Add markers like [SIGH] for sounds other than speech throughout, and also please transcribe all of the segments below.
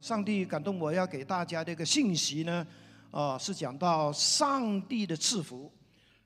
上帝感动我要给大家这个信息呢，啊、是讲到上帝的赐福。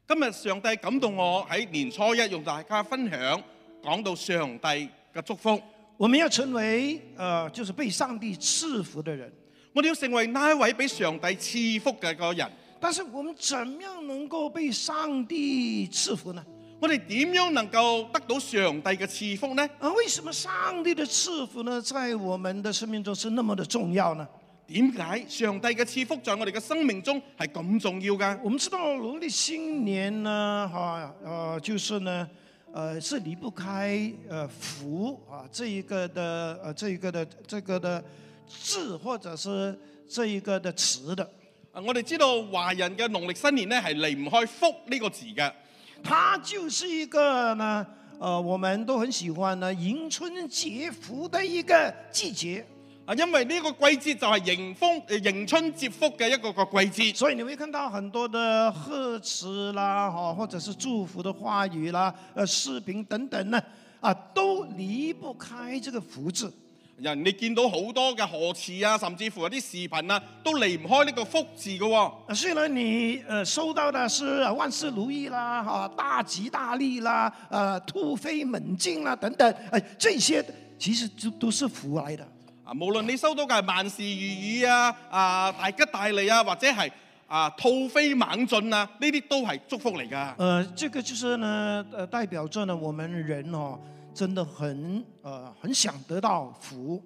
今日上帝感動我喺年初一用大家分享講到上帝嘅祝福，我们要成为呃，就是被上帝赐福的人。我哋要成為那一位俾上帝賜福嘅個人。但是我们怎样能够被上帝赐福呢？我哋點樣能夠得到上帝嘅賜福呢？啊，为什么上帝的赐福呢，在我们的生命中是那么的重要呢？點解上帝嘅賜福在我哋嘅生命中係咁重要㗎？我们知道农历新年呢，哈、呃，就是呢，呃，是离不开呃福啊这一个的呃这一个的这个的字或者是这一个的词的，啊我哋知道華人嘅農曆新年咧係離唔開福呢個字嘅，它就是一个呢，呃，我们都很喜欢呢迎春接福的一个季节，啊，因為呢個季節就係迎風呃迎春接福嘅一個個季節，所以你会看到很多的贺词啦，哈，或者是祝福的话语啦，呃，视频等等呢，啊，都离不开这个福字。人哋見到好多嘅賀詞啊，甚至乎有啲視頻啊，都離唔開呢個福字嘅喎、呃虽然你呃收到的是呃万事如意啦，哈、大吉大利啦，呃，突飞猛进啦等等，哎、这些其实都都是福来的。啊，無論你收到嘅係萬事如意啊、啊大吉大利啊，或者係啊兔飛猛進啊，呢啲都係祝福嚟㗎。呃，这个就是呢，呃，代表着呢，我们人哦，真的很呃很想得到福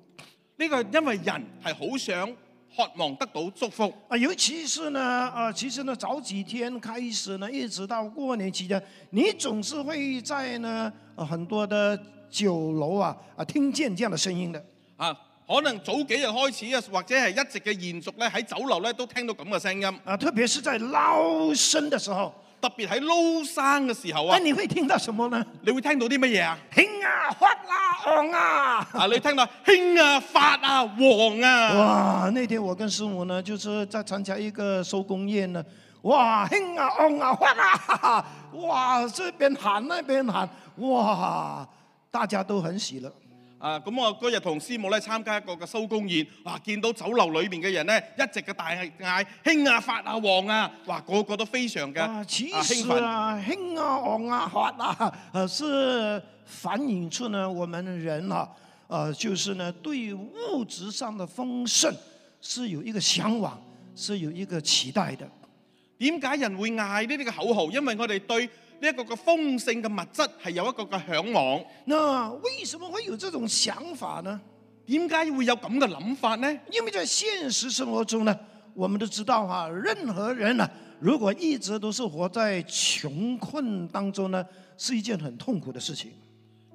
呢個係因為人係好想渴望得到祝福，啊、尤其是呢，呃，其实呢，早几天开始呢，一直到过年期间，你总是会在呢、呃、很多的酒楼啊啊听见这样的声音的。啊，可能早幾日開始啊，或者係一直嘅延續咧，喺酒樓咧都聽到咁嘅聲音，啊，特别是在捞生的时候，特別喺撈生嘅時候那啊，哎你会听到什么呢？你會聽到啲乜嘢啊？听啊，发啦，昂啊！啊，你聽到興啊、發啊、旺啊，哇，那天我跟师母呢，就是在参加一个收工宴呢，哇，听啊，昂啊，发啦，哈哈哇，这边喊那边喊，哇，大家都很喜乐。啊，咁我嗰日同師母咧參加一個嘅收工宴，哇，見到酒樓裏面嘅人咧，一直嘅大嗌興啊、發啊、旺啊，哇，個個都非常嘅啊，其興实奮。啊，兴啊，昂啊，发啊，呃，是反映出呢我们人啊，呃，就是呢对物质上的丰盛是有一个向往，是有一个期待的。點解人會嗌呢啲嘅口號？因為我哋對呢一個嘅豐盛嘅物質係有一個嘅向往。那为什么会有这种想法呢？點解會有咁嘅諗法呢？因为在现实生活中呢，我们都知道哈、任何人呢、如果一直都是活在穷困当中呢，是一件很痛苦的事情。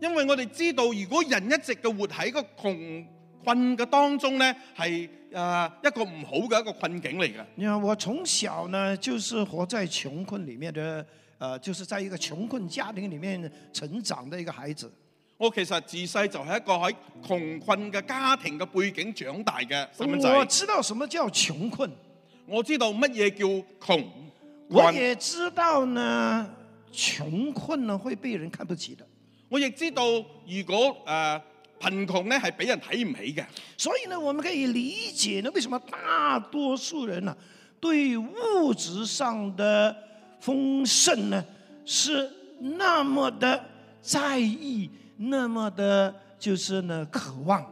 因為我哋知道，如果人一直嘅活喺個窮困嘅當中呢，係誒、呃一個唔好嘅一個困境嚟嘅。你看，我从小呢就是活在穷困里面的，呃，就是在一个穷困家庭里面成长的一个孩子。我其實自細就係一個喺窮困嘅家庭嘅背景長大嘅細蚊我仔，知道什么叫穷困，我知道乜嘢叫窮我困，也知道呢，穷困呢会被人看不起的。我亦知道如果誒、呃、貧窮呢係俾人睇唔起嘅。所以呢，我们可以理解呢，为什么大多数人呢、对物质上的丰盛呢是那么的在意，那么的就是呢渴望。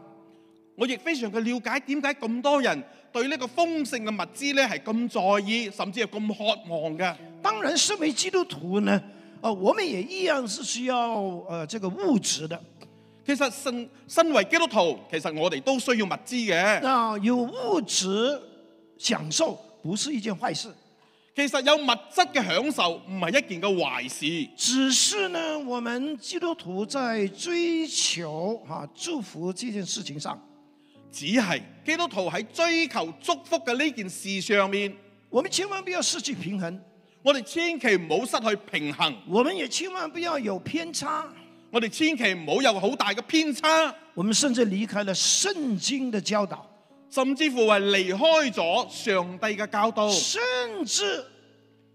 我亦非常嘅了解點解咁多人對呢個豐盛嘅物資呢係咁在意，甚至係咁渴望嘅。当然，身为基督徒呢，呃，我们也一样是需要呃这个物质的。其實身身為基督徒，其實我哋都需要物資嘅。那有物质享受不是一件坏事，其實有物質嘅享受唔係一件嘅壞事，只是呢，我们基督徒在追求哈、祝福这件事情上，只係基督徒喺追求祝福嘅呢件事上面，我们千万不要失去平衡，我哋千祈唔好失去平衡，我们也千万不要有偏差，我哋千祈唔好有好大嘅偏差，我们甚至离开了圣经的教导，甚至乎係離開咗上帝嘅教導，甚至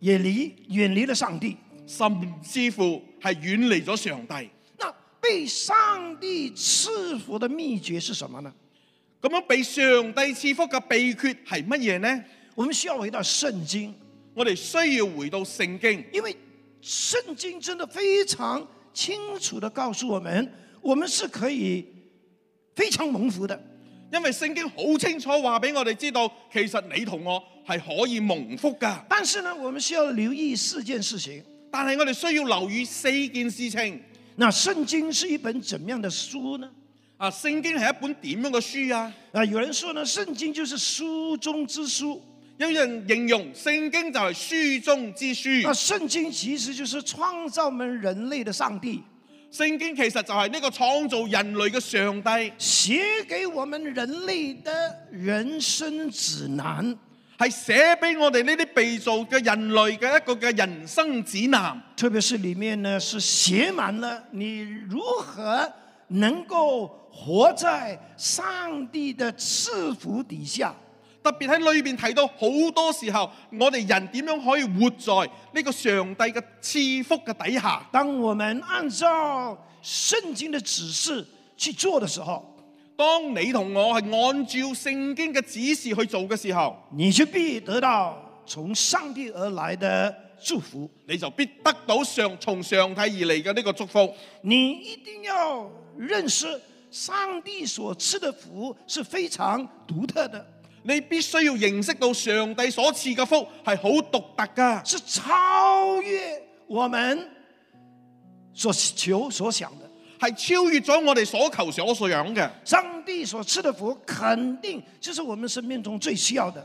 也离远离了上帝。甚至乎係遠離咗上帝。那被上帝赐福的秘诀是什么呢？咁樣被上帝賜福嘅秘訣係乜嘢呢？我们需要回到圣经，我哋需要回到聖經，因为圣经真的非常清楚的告诉我们，我们是可以非常蒙福的。因為聖經好清楚話俾我哋知道，其實你同我係可以蒙福噶。但是呢，我们需要留意四件事情。但係我哋需要留意四件事情。那圣经是一本怎么样的书呢？啊，聖經係一本點樣嘅書啊？啊，有人说呢，圣经就是书中之书。有人形容聖經就係書中之那書，圣经其实就是创造我们人类的上帝，聖經其實就係呢個創造人類嘅上帝，写给我们人类的人生指南。係寫俾我哋呢啲被造嘅人類嘅一個嘅人生指南。特别是里面呢是写满了你如何能够活在上帝的赐福底下。特別喺裏邊提到好多時候，我哋人點樣可以活在呢個上帝嘅賜福嘅底下？当我们按照圣经的指示去做的时候，當你同我係按照聖經嘅指示去做嘅時候，你就必得到从上帝而来的祝福。你就必得到上從上帝而嚟嘅呢個祝福。你一定要认识，上帝所赐的福是非常独特的，你必須要認識到上帝所賜嘅福係好獨特噶，是超越我们所求所想的。係超越咗我哋所求所想嘅。上帝所赐的福，肯定就是我们生命中最需要的，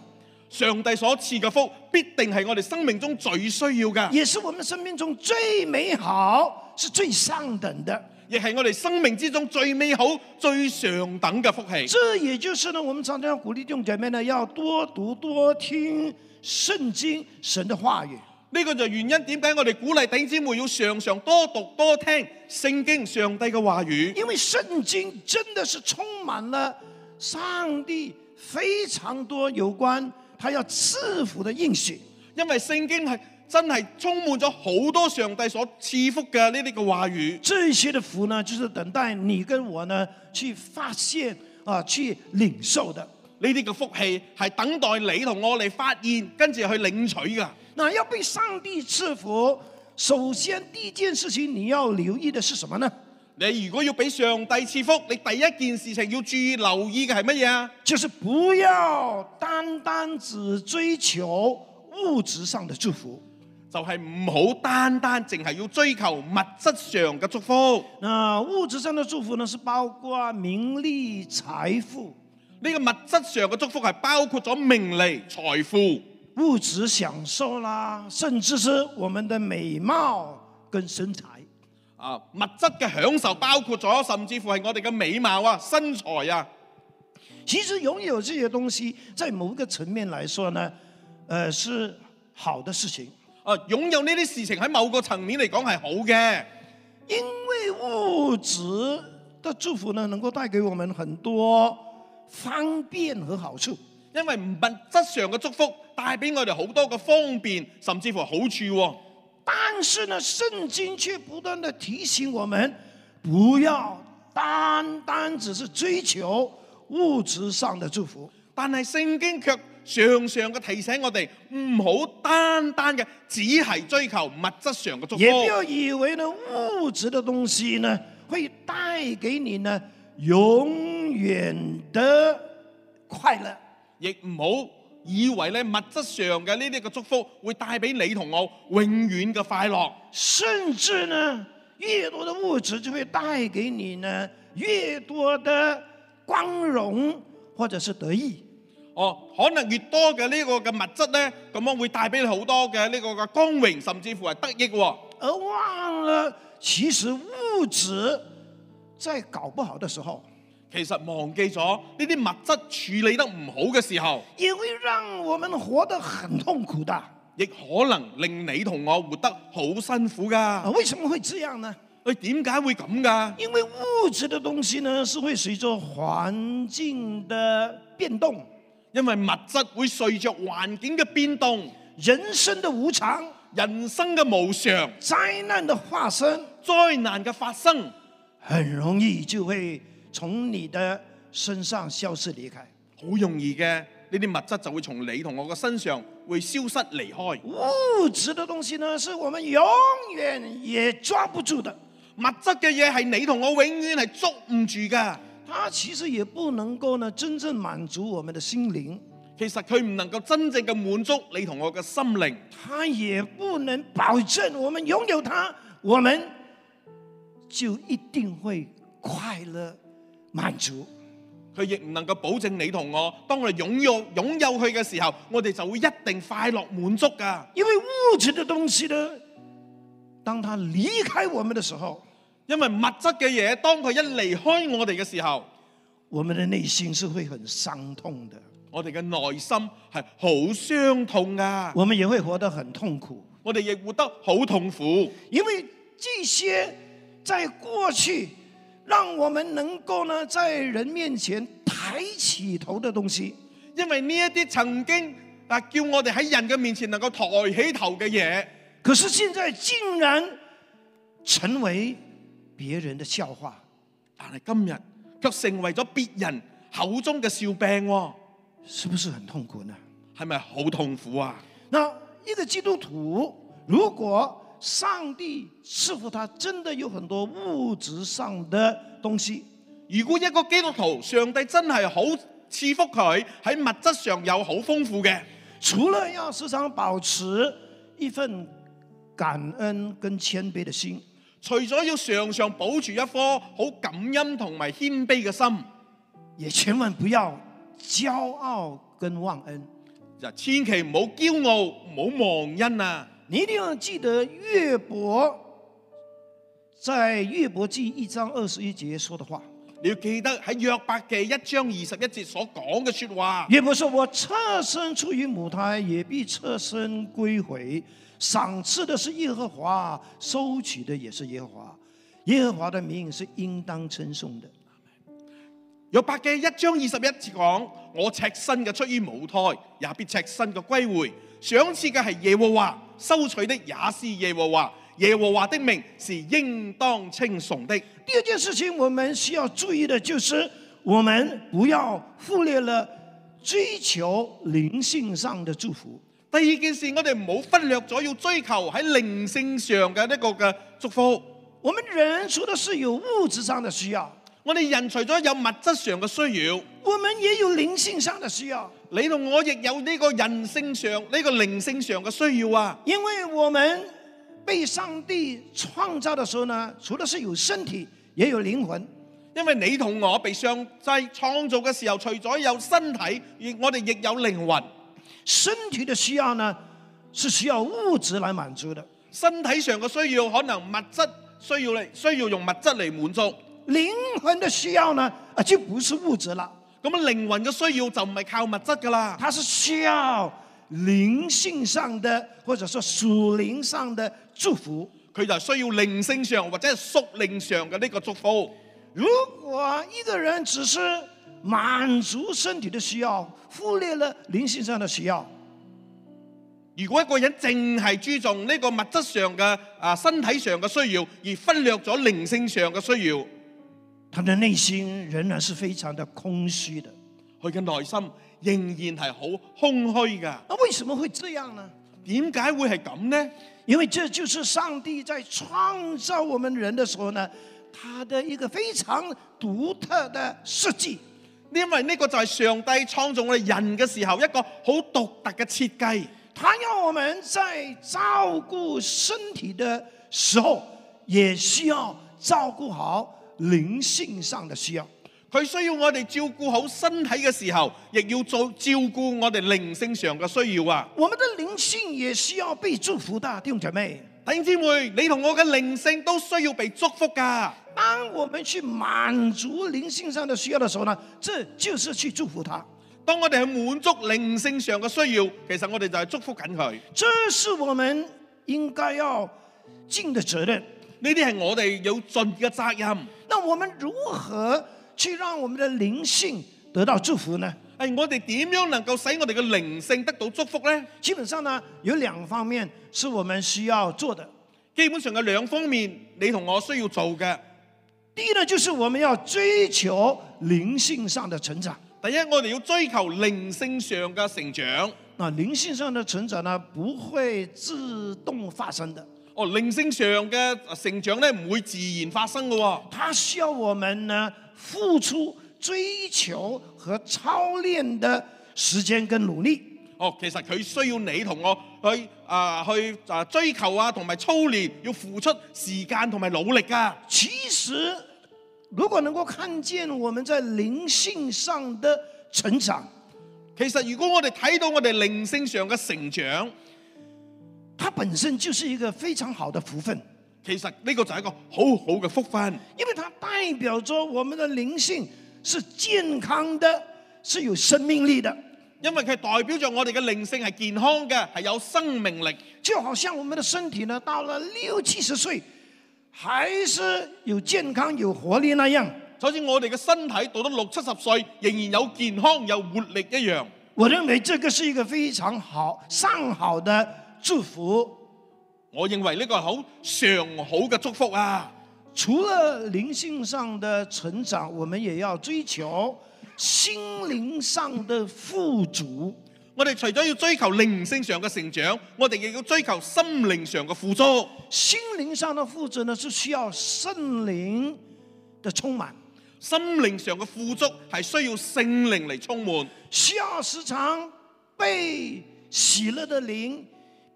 上帝所賜嘅福必定係我哋生命中最需要嘅，也是我们生命中最美好、是最上等的。亦係我哋生命之中最美好、最上等嘅福氣。这也就是呢，我们常常要鼓励弟兄姐妹呢，要多读多听圣经神的话语。呢個就原因點解我哋鼓勵弟兄姊妹要常常多讀多聽聖經上帝嘅話語，因为圣经真的是充满了上帝非常多有关他要赐福的应许。因為聖經係真係充滿咗好多上帝所賜福嘅呢啲嘅話語。这些的福呢，就是等待你跟我呢去发现啊，去领受的。呢啲嘅福氣係等待你同我嚟發現，跟住去領取噶。那要被上帝赐福，首先第一件事情你要留意的是什么呢？你如果要俾上帝賜福，你第一件事情要注意留意嘅係乜嘢啊？就是不要单单只追求物质上的祝福。就係唔好單單淨係要追求物質上嘅祝福。那物质上的祝福呢，是包括名利、财富、呢、個物質上嘅祝福係包括咗名利、財富。物质享受啦，甚至是我们的美貌跟身材。啊，物質嘅享受包括咗，甚至乎係我哋嘅美貌啊、身材啊。其实拥有这些东西，在某个层面来说呢，呃，是好的事情，啊，擁有呢啲事情喺某個層面嚟講係好嘅，因为物质的祝福呢，能够带给我们很多方便和好处。因為物質上嘅祝福帶俾我哋好多嘅方便，甚至乎好處喎、但是呢，圣经却不断的提醒我们，不要单单只是追求物质上的祝福。但係聖經卻常常嘅提醒我哋唔好單單嘅只係追求物質上嘅祝也不福，要以为呢物质的东西呢会带给你呢永远的快乐。亦唔好以為咧物質上嘅呢啲嘅祝福會帶俾你同我永遠嘅快樂。甚至呢，越多的物质就会带给你呢越多的光荣或者是得意。哦，可能越多嘅呢個嘅物質呢，咁樣會帶俾你好多嘅呢個嘅光榮，甚至乎係得益喎。而忘了，其实物质在搞不好的时候，其實忘記咗呢啲物質處理得唔好嘅時候，也会让我们活得很痛苦的。啊，亦可能令你同我活得好辛苦噶。为什么会这样呢？喂，點解會咁噶？因为物质的东西呢，是会随着环境的变動、因為物質會隨着環境嘅變動、人生的無常、人生嘅無常、災難的化身，災難嘅發生，很容易就会从你的身上消失离开。好容易嘅，呢啲物質就會從你同我嘅身上會消失離開。物质的东西呢，是我们永远也抓不住的，物質嘅嘢係你同我永遠係捉唔住㗎。它其实也不能够呢真正满足我们的心灵，其實佢唔能夠真正嘅滿足你同我嘅心靈，它也不能保证我们拥有它，我们就一定会快乐满足。佢亦唔能夠保證你同我，當我哋擁有擁有佢嘅時候，我哋就會一定快樂滿足㗎。因为物质的东西呢，当它离开我们的时候，因為物質嘅嘢，當佢一離開我哋嘅時候，我们的内心是会很伤痛的，我哋嘅內心係好傷痛㗎，我们也会活得很痛苦。我哋亦活得好痛苦。因为这些在过去让我们能够呢在人面前抬起头的东西，因為呢一啲曾經啊叫我哋喺人嘅面前能夠抬起頭嘅嘢，可是现在竟然成为别人的笑话。但係今日卻成為咗別人口中嘅笑柄喎，是不是很痛苦呢？係咪好痛苦啊？那一个基督徒，如果上帝赐福他，真的有很多物质上的东西，如果一個基督徒，上帝真係好賜福佢喺物質上有好豐富嘅，除了要时常保持一份感恩跟谦卑的心，除咗要常常保住一顆好感恩同埋謙卑嘅心，也千万不要骄傲跟忘恩。就千祈唔好驕傲，唔好忘恩啊！你一定要记得约伯在约伯记一章二十一节說的話。你要記得喺約伯記一章二十一節所講嘅说話。约伯说：“我侧身出于母胎，也必侧身归回。赏赐的是耶和华，收取的也是耶和华。耶和华的名是应当称颂的。約伯記一章二十一節講：我赤身嘅出於母胎，也必赤身嘅歸回。賞賜嘅係耶和華，收取的也是耶和華。耶和華的名是應當稱崇的。”第二件事情我们需要注意的就是，我们不要忽略了追求灵性上的祝福。第二件事，我哋唔好忽略咗要追求喺靈性上嘅一個嘅祝福。我们人除了是有物质上的需要，我哋人除咗有物質上嘅需要，我们也有灵性上的需要，你同我亦有呢個人性上、呢、個靈性上嘅需要啊！因为我们被上帝创造的时候呢，除了是有身体，也有灵魂。因為你同我被上帝創造嘅時候，除咗有身體，亦我哋亦有靈魂。身体的需要呢，是需要物质来满足的；身體上嘅需要，可能物質需要嚟，需要用物質嚟滿足。灵魂的需要呢，啊，就不是物质了，咁靈魂嘅需要就唔係靠物質噶啦，它是需要灵性上的，或者说属灵上的祝福。佢就需要靈性上或者係屬靈上嘅呢個祝福。如果一个人只是满足身体的需要，忽略了灵性上的需要，如果一個人淨係注重呢個物質上嘅啊身體上嘅需要，而忽略咗靈性上嘅需要，他的内心仍然是非常的空虚的。佢嘅內心仍然係好空虛噶。那为什么会这样呢？點解會係咁呢？因为这就是上帝在创造我们人的时候呢，他的一个非常独特的设计。因為呢個就係上帝創造我哋人嘅時候一個好獨特嘅設計。他要我们在照顾身体的时候，也需要照顾好灵性上的需要。佢需要我哋照顧好身體嘅時候，亦要做照顧我哋靈性上嘅需要啊！我们的灵性也需要被祝福的，弟兄姐妹。弟兄姊妹，你同我嘅靈性都需要被祝福噶。当我们去满足灵性上的需要的时候呢，这就是去祝福他。當我哋去滿足靈性上嘅需要，其實我哋就係祝福緊佢。这是我们应该要尽的责任。呢啲係我哋要盡嘅責任。那我们如何去让我们的灵性得到祝福呢？係我哋點樣能夠使我哋嘅靈性得到祝福呢？基本上呢，有两方面是我们需要做的。基本上有兩方面，你同我需要做嘅。第第一呢，就是我们要追求灵性上的成长。第一，我哋要追求靈性上嘅成長。那灵性上的成长呢，不会自动发生的，哦，靈性上嘅成長咧，唔會自然發生嘅喎、它需要我们呢付出、追求和操练的时间跟努力。哦，其實佢需要你同我去啊、去啊、追求啊，同埋操練，要付出時間同埋努力噶。其实，如果能够看见我们在灵性上的成长，其實如果我哋睇到我哋靈性上嘅成長，它本身就是一个非常好的福分，其實呢個就係一個好好嘅福分，因为它代表着我们的灵性是健康的，是有生命力的。因為佢代表咗我哋嘅靈性係健康嘅，係有生命力。就好像我们的身体呢，到了六七十岁，还是有健康、有活力那样。就好似我哋嘅身體到咗六七十歲，仍然有健康有活力一樣。我认为这个是一个非常好、上好的祝福。我認為呢個係好上好嘅祝福啊！除了灵性上的成长，我们也要追求心灵上的富足。我哋除咗要追求靈性上嘅成長，我哋亦要追求心靈上嘅富足。心灵上的富足呢，是需要圣灵的充满，心靈上嘅富足係需要聖靈嚟充滿，需要时常被喜乐的灵、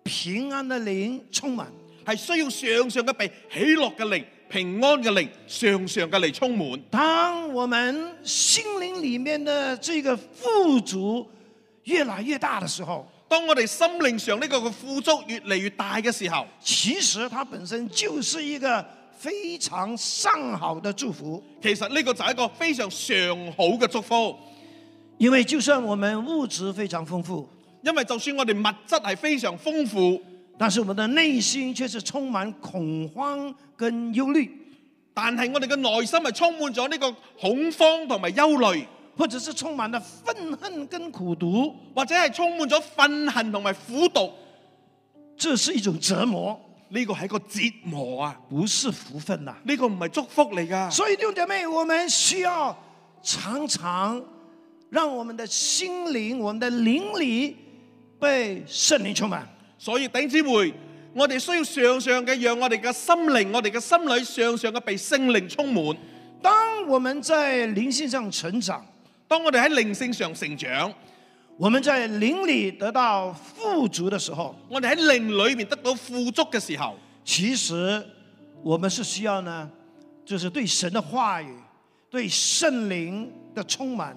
平安的灵充满。係需要上上嘅被喜樂嘅靈、平安嘅靈、上上嘅嚟充滿。当我们心灵里面的这个富足越来越大的时候，當我哋心靈上呢個嘅富足越嚟越大嘅時候，其实它本身就是一个非常上好的祝福。其實呢個就係一個非常上好嘅祝福。因为就算我们物质非常丰富，因為就算我哋物質係非常豐富，但是我们的内心却是充满恐慌跟忧虑，但係我哋嘅內心係充滿咗呢個恐慌同埋憂慮，或者是充满了愤恨跟苦毒，或者係充滿咗憤恨同埋苦毒。这是一种折磨，呢個係一個折磨啊！不是福分呐、呢、個唔係祝福嚟㗎。所以弟兄姐妹，我们需要常常让我们的心灵、我们的灵里被圣灵充满。所以頂姊妹，我哋需要上上嘅，讓我哋嘅心靈、我哋嘅心裏上上嘅被聖靈充滿。当我们在灵性上成长，當我哋喺靈性上成長，我们在灵里得到富足的时候，我哋喺靈裏面得到富足嘅時候，其实我们是需要呢，就是对神的话语、对圣灵的充满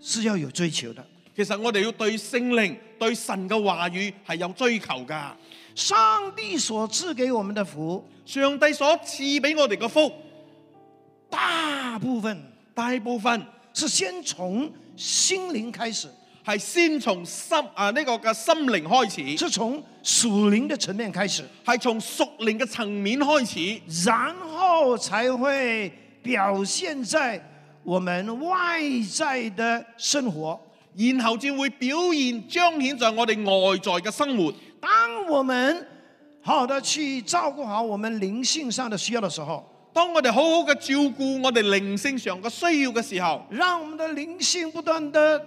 是要有追求的。其實我哋要對聖靈、對神嘅話語係有追求㗎。上帝所赐给我们的福，上帝所賜俾我哋嘅福，大部分大部分是先从心灵开始，係先從心啊呢、個嘅心靈開始，是从属灵的层面开始，係從屬靈嘅層面開始，然后才会表现在我们外在的生活。然後至會表現彰顯在我哋外在嘅生活。当我们好的去照顾好我们灵性上的需要的时候，當我哋好好嘅照顧我哋靈性上嘅需要嘅時候，让我们的灵性不断的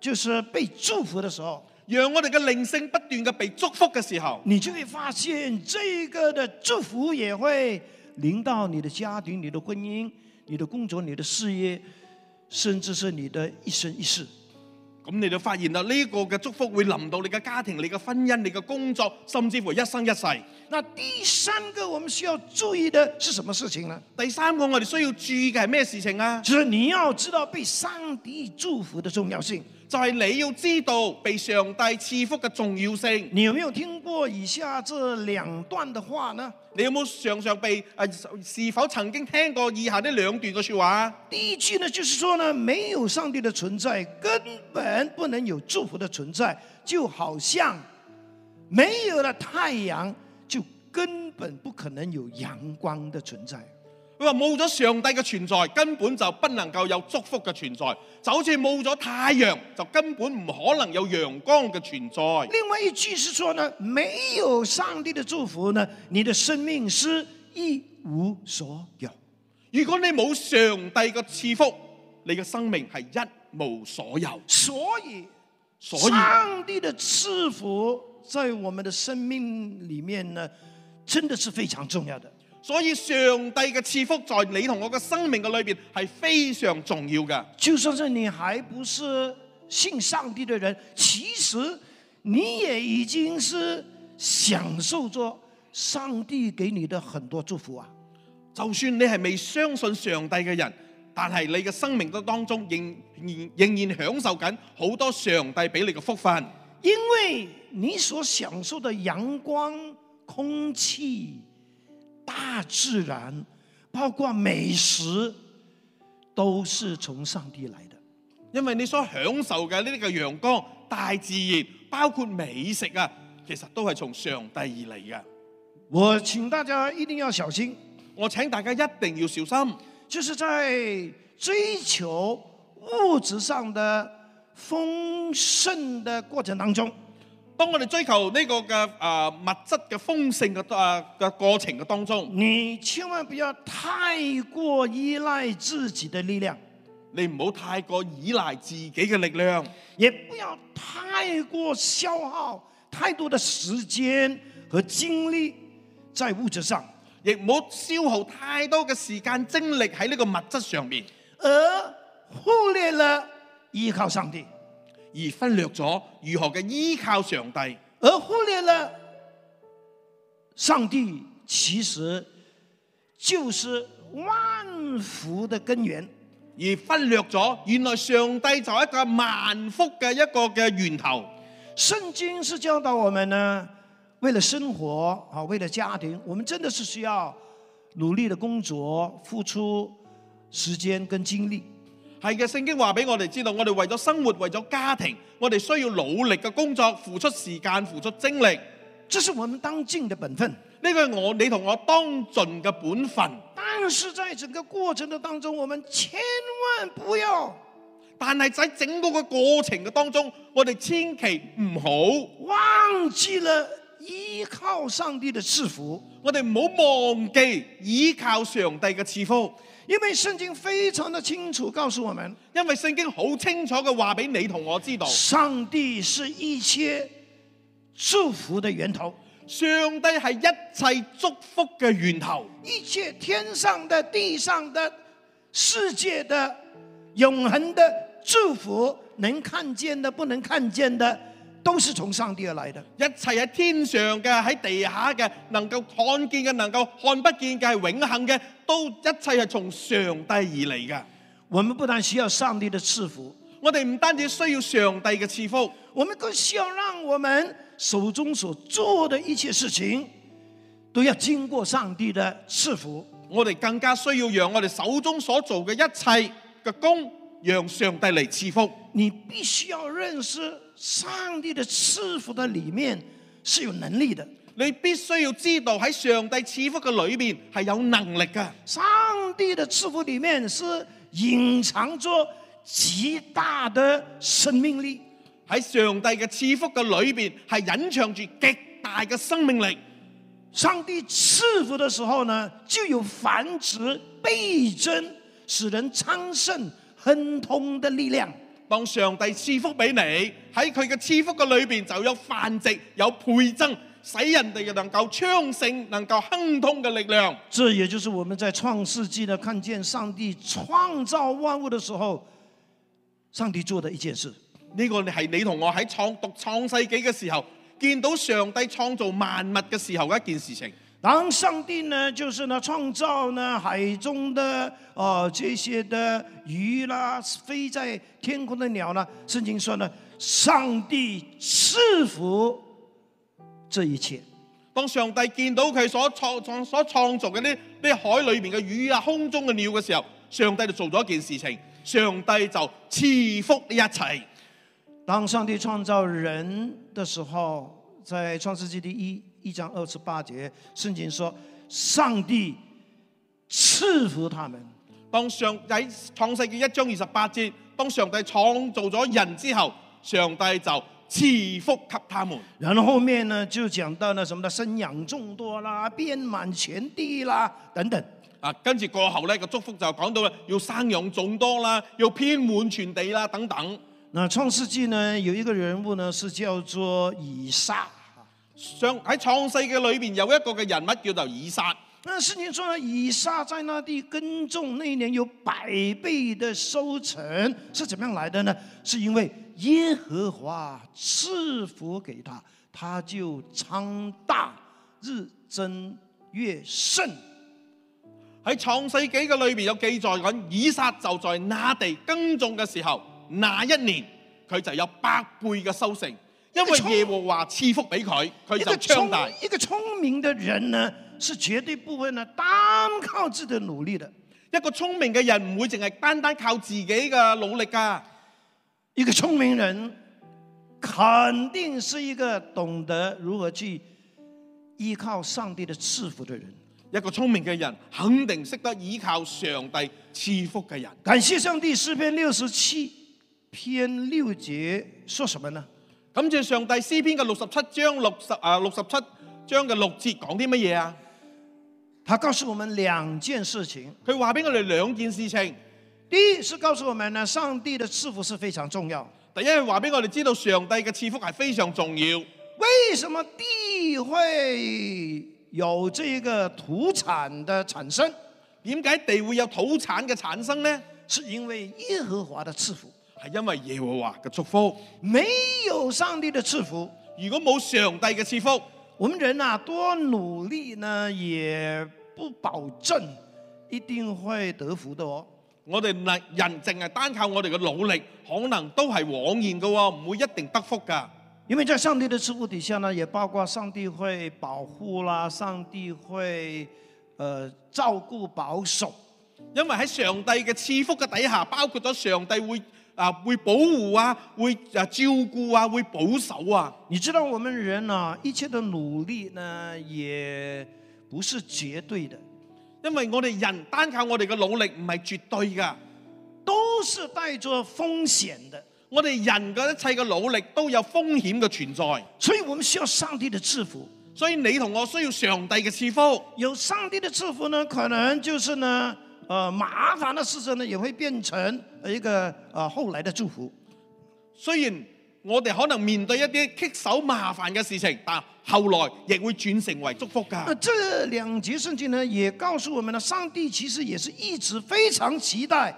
就是被祝福的时候，讓我哋嘅靈性不斷嘅被祝福嘅時候，你就会发现这个的祝福也会临到你的家庭、你的婚姻、你的工作、你的事业，甚至是你的一生一世。咁你就發現啦，呢、個嘅祝福會臨到你嘅家庭、你嘅婚姻、你嘅工作，甚至乎一生一世。那第三个我们需要注意的是什么事情呢？第三個我哋需要注意嘅係咩事情啊？就是你要知道被上帝祝福的重要性。就係、你要知道被上帝賜福嘅重要性。你有没有听过以下这两段的话呢？你有冇常常被啊？是否曾經聽過以下呢兩段嘅説話啊？第一句呢，就是说呢，没有上帝的存在，根本不能有祝福的存在，就好像没有了太阳，就根本不可能有阳光的存在。佢話冇咗上帝嘅存在，根本就不能夠有祝福嘅存在，就好似冇咗太陽，就根本唔可能有陽光嘅存在。另外一句是说呢，没有上帝的祝福呢，你的生命是一无所有。如果你冇上帝嘅赐福，你嘅生命係一無所有。所以，所以上帝的赐福在我们的生命里面呢，真的是非常重要的。所以上帝嘅賜福在你同我嘅生命嘅裏边係非常重要嘅。就算是你还不是信上帝的人，其实你也已经是享受着上帝给你的很多祝福啊。就算你係未相信上帝嘅人，但係你嘅生命嘅當中仍然仍然享受緊好多上帝俾你嘅福分，因为你所享受的阳光、空气、大自然，包括美食，都是从上帝来的。因為你所享受嘅呢啲嘅陽光、大自然，包括美食啊，其實都係從上帝而嚟嘅。我请大家一定要小心，我請大家一定要小心，就是在追求物质上的丰盛的过程当中，當我哋追求呢個嘅啊、物質嘅豐盛嘅啊嘅過程嘅當中。你千万不要太过依赖自己的力量，你唔好太過依賴自己嘅力量，也不要太过消耗太多的时间和精力在物质上，亦唔好消耗太多嘅時間精力喺呢個物質上面，而忽略了依靠上帝，而忽略咗如何嘅依靠上帝，而忽略了上帝其实就是万福的根源。而忽略咗原來上帝就係一個萬福嘅一個嘅源頭。圣经是教导我们呢，为了生活啊，为了家庭，我们真的是需要努力的工作，付出时间跟精力。係嘅，聖經話俾我哋知道，我哋為咗生活，為咗家庭，我哋需要努力嘅工作，付出時間，付出精力。这是我们当尽的本分。呢個係我你同我當盡嘅本分。但是在整个过程的当中，我们千万不要但係喺整個嘅過程嘅當中，我哋千祈唔好。忘记了依靠上帝的赐福，我哋唔好忘記倚靠上帝嘅賜福，因为圣经非常的清楚告诉我们，因為聖經好清楚嘅話俾你同我知道，上帝是一切祝福的源头。上帝係一切祝福嘅源頭，一切天上的、地上的、世界的、永恒的祝福，能看见的、不能看见的，都是从上帝而来的。一切喺天上嘅、喺地下嘅、能夠看見嘅、能夠看不見嘅、係永恆嘅，都一切係從上帝而嚟嘅。我们不但需要上帝的赐福，我哋唔單止需要上帝嘅賜福，我们更需要让我们手中所做的一切事情，都要经过上帝的赐福。我哋更加需要讓我哋手中所做嘅一切嘅工，讓上帝嚟賜福。你必须要认识上帝的赐福的里面是有能力的，你必須要知道喺上帝賜福嘅裏面係有能力嘅，上帝的赐福里面是隐藏着极大的生命力，喺上帝嘅賜福嘅裏面係隱藏住極大嘅生命力。上帝赐福的时候呢，就有繁殖、倍增、使人昌盛、亨通的力量。當上帝賜福俾你，喺佢嘅賜福嘅裏面就有繁殖、有倍增，使人哋能夠昌盛、能夠亨通嘅力量。这也就是我们在创世纪呢看见上帝创造万物的时候，上帝做的一件事。呢、個係你同我喺創讀創世紀嘅時候，見到上帝創造萬物嘅時候嘅一件事情。然后上帝呢，就是呢创造呢海中的呃这些的鱼啦，飞在天空的鸟啦。圣经说呢，上帝赐福这一切。當上帝見到佢所創創所創造嘅呢呢海裏面嘅魚啊、空中嘅鳥嘅時候，上帝就做咗一件事情，上帝就賜福呢一切。当上帝创造人的时候，在创世纪第一一章二十八节，圣经说，上帝赐福他们。當上喺創世記一章二十八節，當上帝創造咗人之後，上帝就赐福給他們。然后后面呢，就讲到呢什么呢，生养众多啦，遍满全地啦，等等。啊，跟住過後呢個祝福就講到啦，要生養眾多啦，要遍滿全地啦，等等。那创世纪呢，有一个人物呢是叫做以撒。上喺創世嘅裏邊有一個嘅人物叫做以撒。那圣经说呢，以撒在那地耕种，那一年有百倍的收成，是怎么样来的呢？是因为耶和华赐福给他，他就昌大，日增月盛。喺創世紀嘅裏邊有記載緊，以撒就在那地耕種嘅時候，那一年佢就有百倍嘅收成，因一個聰為耶和華賜福俾佢，佢一就个昌聪大。一个聪明的人呢，是绝对不会呢单靠自己的努力的。一個聰明嘅人唔會淨係單單靠自己嘅努力㗎，一个聪明人，肯定是一个懂得如何去依靠上帝的赐福的人。一個聰明嘅人肯定識得依靠上帝賜福嘅人。感谢上帝，诗篇六十七篇六节说什么呢？感謝上帝詩篇嘅六十七章六十啊六十七章嘅六節講啲乜嘢啊？他告诉我们两件事情。佢話俾我哋兩件事情，第一是告诉我们呢，上帝的赐福是非常重要。第一係話俾我哋知道上帝嘅賜福係非常重要。为什么地会有这个土产的产生？點解地會有土產嘅產生呢？是因为耶和華的赐福。係因為耶和華嘅祝福。没有上帝的赐福，如果冇上帝嘅賜福，我们人呐、多努力呢，也不保证一定会得福的哦。我哋能人淨係單靠我哋嘅努力，可能都係枉然嘅喎，唔會一定得福㗎。因为在上帝的赐福底下呢，也包括上帝会保护啦，上帝会呃照顾保守。因為喺上帝嘅賜福嘅底下，包括咗上帝會啊會保護啊，會啊照顧啊，會保守啊。你知道我们人呐、一切的努力呢，也不是绝对的，因為我哋人單靠我哋嘅努力唔係絕對㗎，都是带着风险的，我哋人嘅一切嘅努力都有風險嘅存在，所以我们需要上帝的赐福。所以你同我需要上帝嘅賜福。有上帝的赐福呢，可能就是呢，呃，麻烦的事情呢，也会变成一个呃后来的祝福。雖然我哋可能面對一啲棘手麻煩嘅事情，但後來亦會轉成為祝福那㗎。这两节圣经呢，也告诉我们呢，上帝其实也是一直非常期待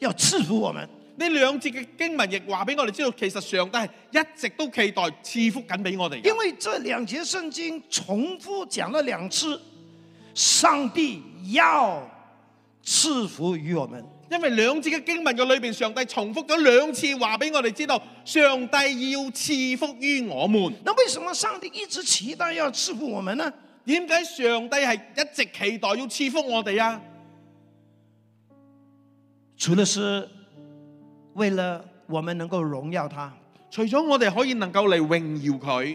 要赐福我们。呢兩節嘅經文亦話俾我哋知道，其實上帝係一直都期待賜福緊俾我哋㗎。因為这两节圣经重复讲了两次，上帝要赐福于我们。因為兩節嘅經文嘅裏邊，上帝重複咗兩次話俾我哋知道，上帝要賜福於我們。那为什么上帝一直期待要赐福我们呢？點解上帝係一直期待要賜福我哋啊？除了是为了我们能够荣耀他，除咗我哋可以能夠嚟榮耀佢，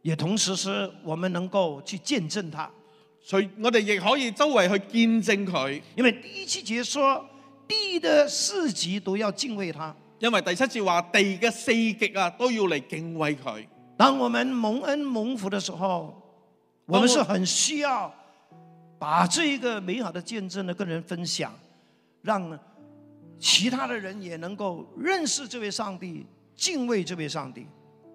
也同时是我们能够去见证他。除我哋亦可以周圍去見證佢。因为第一七节说，地的四极都要敬畏他。因為第七節話地嘅四極啊都要嚟敬畏佢。当我们蒙恩蒙福的时候，我们是很需要把这个美好的见证呢跟人分享，让其他的人也能够认识这位上帝，敬畏这位上帝。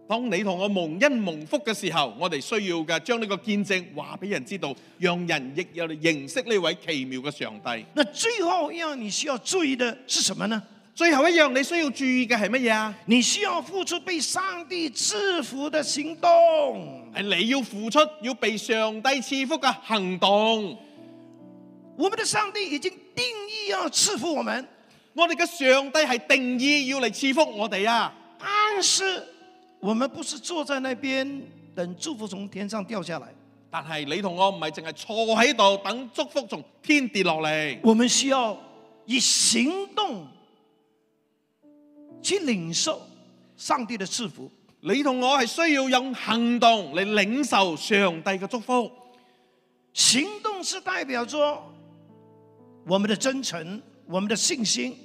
當你同我蒙恩蒙福嘅時候，我哋需要嘅將呢個見證話俾人知道，讓人亦有嚟認識呢位奇妙嘅上帝。那最后一样你需要注意的是什么呢？最後一樣你需要注意嘅係乜嘢啊？你需要付出被上帝制服的行动。係你要付出，要被上帝賜福嘅行動。我们的上帝已经定义要赐福我们，我哋嘅上帝係定義要嚟賜福我哋啊！但是我们不是坐在那边等祝福从天上掉下来。但係你同我唔係淨係坐喺度等祝福從天跌落嚟，我们需要以行动去领受上帝的赐福。你同我係需要用行動嚟領受上帝嘅祝福。行动是代表着我们的真诚、我们的信心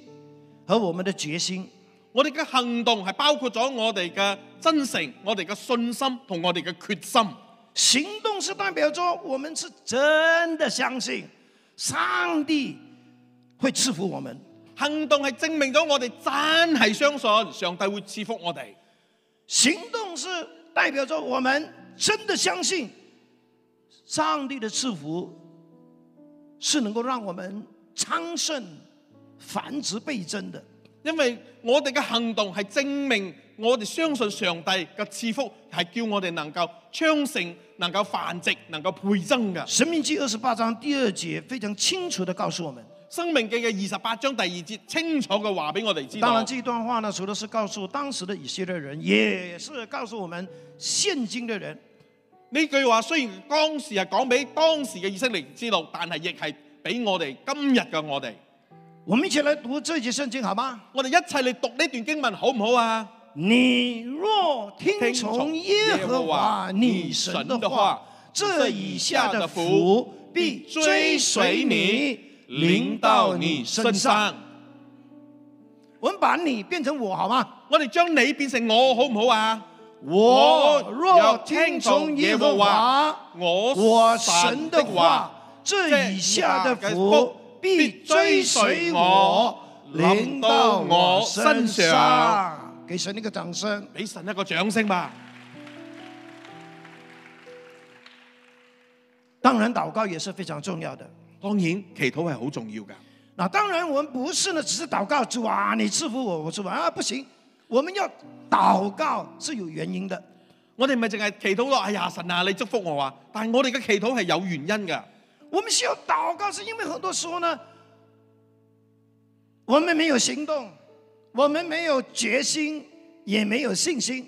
和我们的决心。我哋嘅行動係包括咗我哋嘅真誠、我哋嘅信心同我哋嘅決心。行动是代表着我们是真的相信上帝会赐福我们。行動係證明咗我哋真係相信上帝會賜福我哋。行动是代表着我们真的相信上帝的赐福是能够让我们昌盛、繁殖倍增的。因為我哋嘅行動係證明我哋相信上帝嘅賜福係叫我哋能夠昌盛、能夠繁殖、能夠倍增嘅。神命记二十八章第二节非常清楚地告诉我们。生命記嘅二十八章第二節清楚嘅話俾我哋知当道然，。这一段话呢，除了是告诉当时的以色列人，也是告诉我们现今的人，呢句話雖然當時係講俾當時嘅以色列知道，但係亦係俾我哋今日嘅我哋。我们一起来读这节圣经好吗？我哋一齊嚟讀呢段經文好唔好啊？你若听听从从耶耶和和华华你你神神的的话话，这以下的福必追随你，临到你身上。。我们把你变成我好吗？我哋將你變成我好唔好啊？我若若听听从从耶耶和和华华我我神神的的话话，这以下的福必追随我，临到我身上。给神一个掌声。俾神一個掌聲吧！当然，祷告也是非常重要的。當然，祈禱係好重要㗎。那当然，我们不是呢，只是祷告主啊，你赐福我，我祝福啊，不行，我们要祷告是有原因的。我哋唔係淨係祈禱咯，哎呀神啊，你祝福我啊！但係我哋嘅祈禱係有原因㗎。我们需要祷告，是因为很多时候呢，我们没有行动，我们没有决心，也没有信心。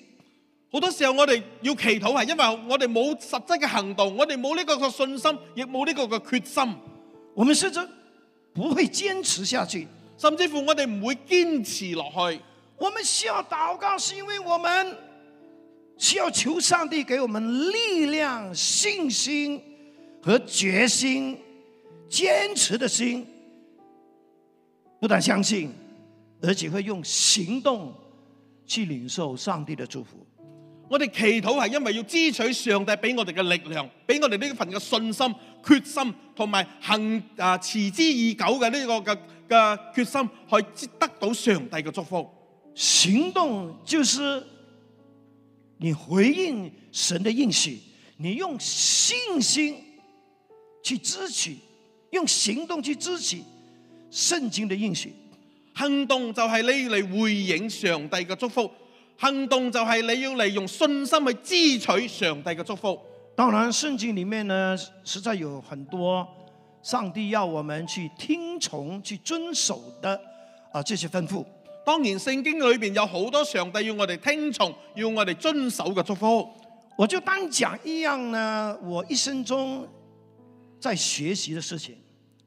好多時候我哋要祈禱係因為我哋冇實質嘅行動，我哋冇呢個嘅信心，亦冇呢個嘅決心，我们甚至不会坚持下去。甚至乎我哋唔會堅持落去。我们需要祷告，是因为我们需要求上帝给我们力量、信心和决心，坚持的心。不但相信，而且会用行动去领受上帝的祝福。我哋祈禱係因為要支取上帝俾我哋嘅力量，俾我哋呢份嘅信心、決心同埋行啊持之以久嘅呢個嘅嘅決心，去得到上帝嘅祝福。行动就是你回应神的应许，你用信心去支取，用行动去支取圣经的应许。行動就係你嚟回應上帝嘅祝福，行動就係你要嚟用信心去支取上帝嘅祝福。当然，圣经里面呢，实在有很多上帝要我们去听从、去遵守的啊这些吩咐。當然聖經裏邊有好多上帝要我哋聽從，要我哋遵守嘅祝福。我就单讲一样呢，我一生中在学习的事情，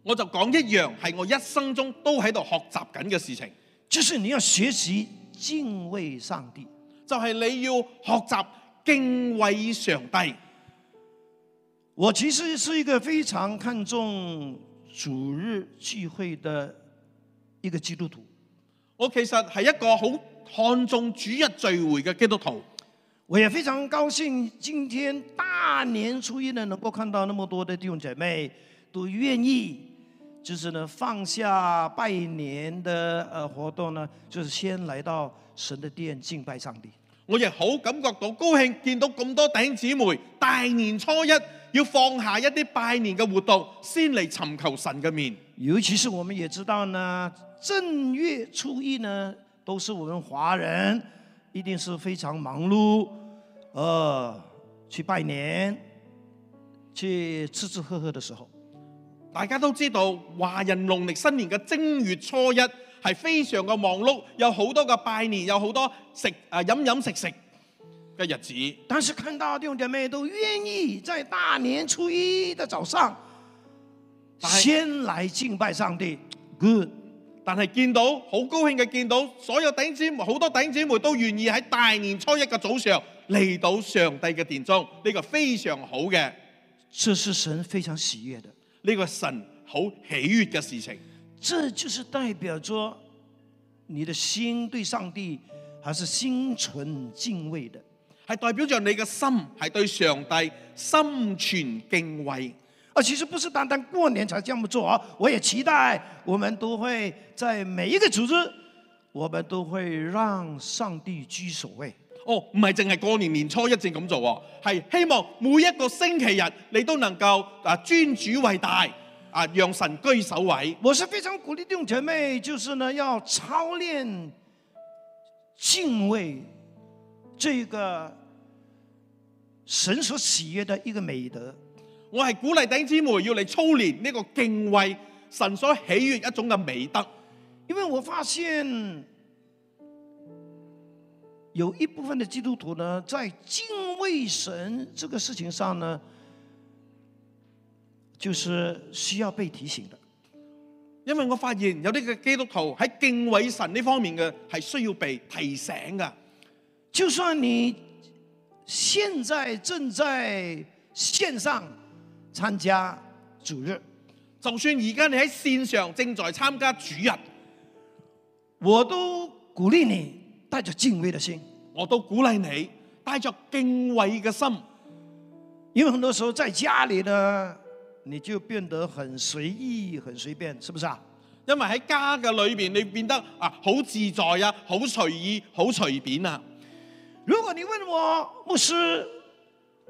我就講一樣係我一生中都喺度學習緊嘅事情。就是你要学习敬畏上帝。就係你要學習敬畏上帝。我其实是一个非常看重主日聚会的一个基督徒。我其實係一個好看重主日聚會嘅基督徒，我也非常高兴，今天大年初一呢，能够看到那么多的弟兄姐妹都愿意，就是呢放下拜年的呃活动呢，就是先来到神的殿敬拜上帝。我亦好感覺到高興，見到咁多弟兄姊妹大年初一要放下一啲拜年嘅活動，先嚟尋求神嘅面。尤其是我们也知道呢，正月初一呢，都是我们华人一定是非常忙碌，呃，去拜年，去吃吃喝喝的时候。大家都知道，華人農曆新年嘅正月初一係非常嘅忙碌，有好多嘅拜年，有好多食啊飲飲食食嘅日子。但是看到弟兄姐妹都愿意在大年初一的早上，拜先来敬拜上帝，good。但係見到好高興嘅見到所有弟兄姊妹，好多弟兄姊妹都願意喺大年初一嘅早上嚟到上帝嘅殿中，呢、個非常好嘅，呢、这是神非常喜悦的，個神好喜悦嘅事情。这就是代表着你的心对上帝还是心存敬畏的。係代表着你嘅心係對上帝心存敬畏。啊，其实不是单单过年才这么做啊，我也期待我们都会在每一个组织，我们都会让上帝居首位。哦，唔係淨係過年年初一正咁做喎，係希望每一個星期日你都能夠啊尊主為大啊，讓神居首位。我是非常鼓励弟兄姐妹，就是呢要操练敬畏这个神所喜悦的一个美德。我係鼓勵頂姊妹要嚟操練呢個敬畏神所喜悅一種嘅美德。因为我发现有一部分的基督徒呢，在敬畏神这个事情上呢，就是需要被提醒的。因為我發現有啲嘅基督徒喺敬畏神呢方面嘅係需要被提醒㗎。就算你现在正在线上参加主日，就算而家你喺線上正在參加主日，我都鼓励你带着敬畏的心，我都鼓勵你帶着敬畏嘅心。因为很多时候在家里呢，你就变得很随意、很随便，是不是啊？因為喺家嘅裏邊，你變得啊好自在啊，好隨意，好隨便啊。如果你问我牧师，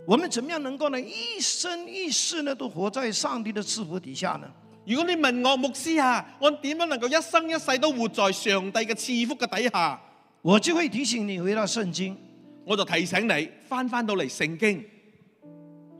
我们怎么样能够呢一生一世呢都活在上帝的赐福底下呢？如果你問我牧師啊，我點樣能夠一生一世都活在上帝嘅賜福嘅底下？我就会提醒你回到圣经，我就提醒你翻翻到嚟聖經，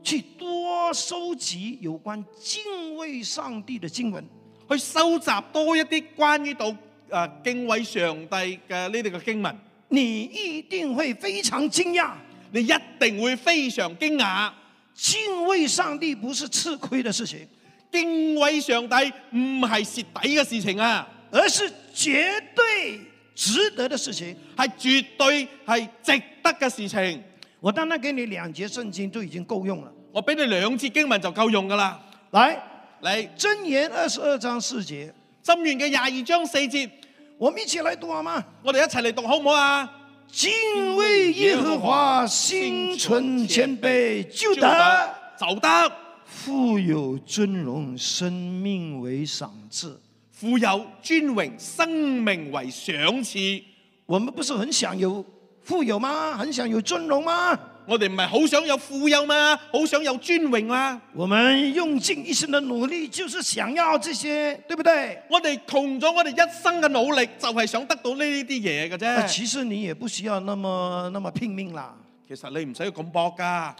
去多收集有关敬畏上帝的经文，去收集多一啲關於到啊敬畏上帝嘅呢啲嘅經文，你一定会非常惊讶，你一定會非常驚訝。敬畏上帝不是吃亏的事情，敬畏上帝唔係蝕底嘅事情啊，而是绝对值得的事情。係絕對係值得嘅事情。我单单给你两节圣经就已经够用了。我俾你兩節經文就夠用㗎啦。来，你箴言二十二章四节，箴言嘅廿二章四節，我们一起来读好吗？我哋一齊嚟讀好唔好啊？敬畏耶和华，心存谦卑，就得啊就得，富有尊荣，生命为赏赐。富有尊榮，生命為賞賜。我们不是很想有富有吗？很想有尊荣吗？我哋唔係好想有富有嘛，好想有尊榮嘛。我们用尽一生的努力，就是想要这些，对不对？我哋窮咗我哋一生嘅努力，就係想得到呢啲嘢嘅那啫。其实你也不需要那么那么拼命啦，其實你唔使咁搏㗎，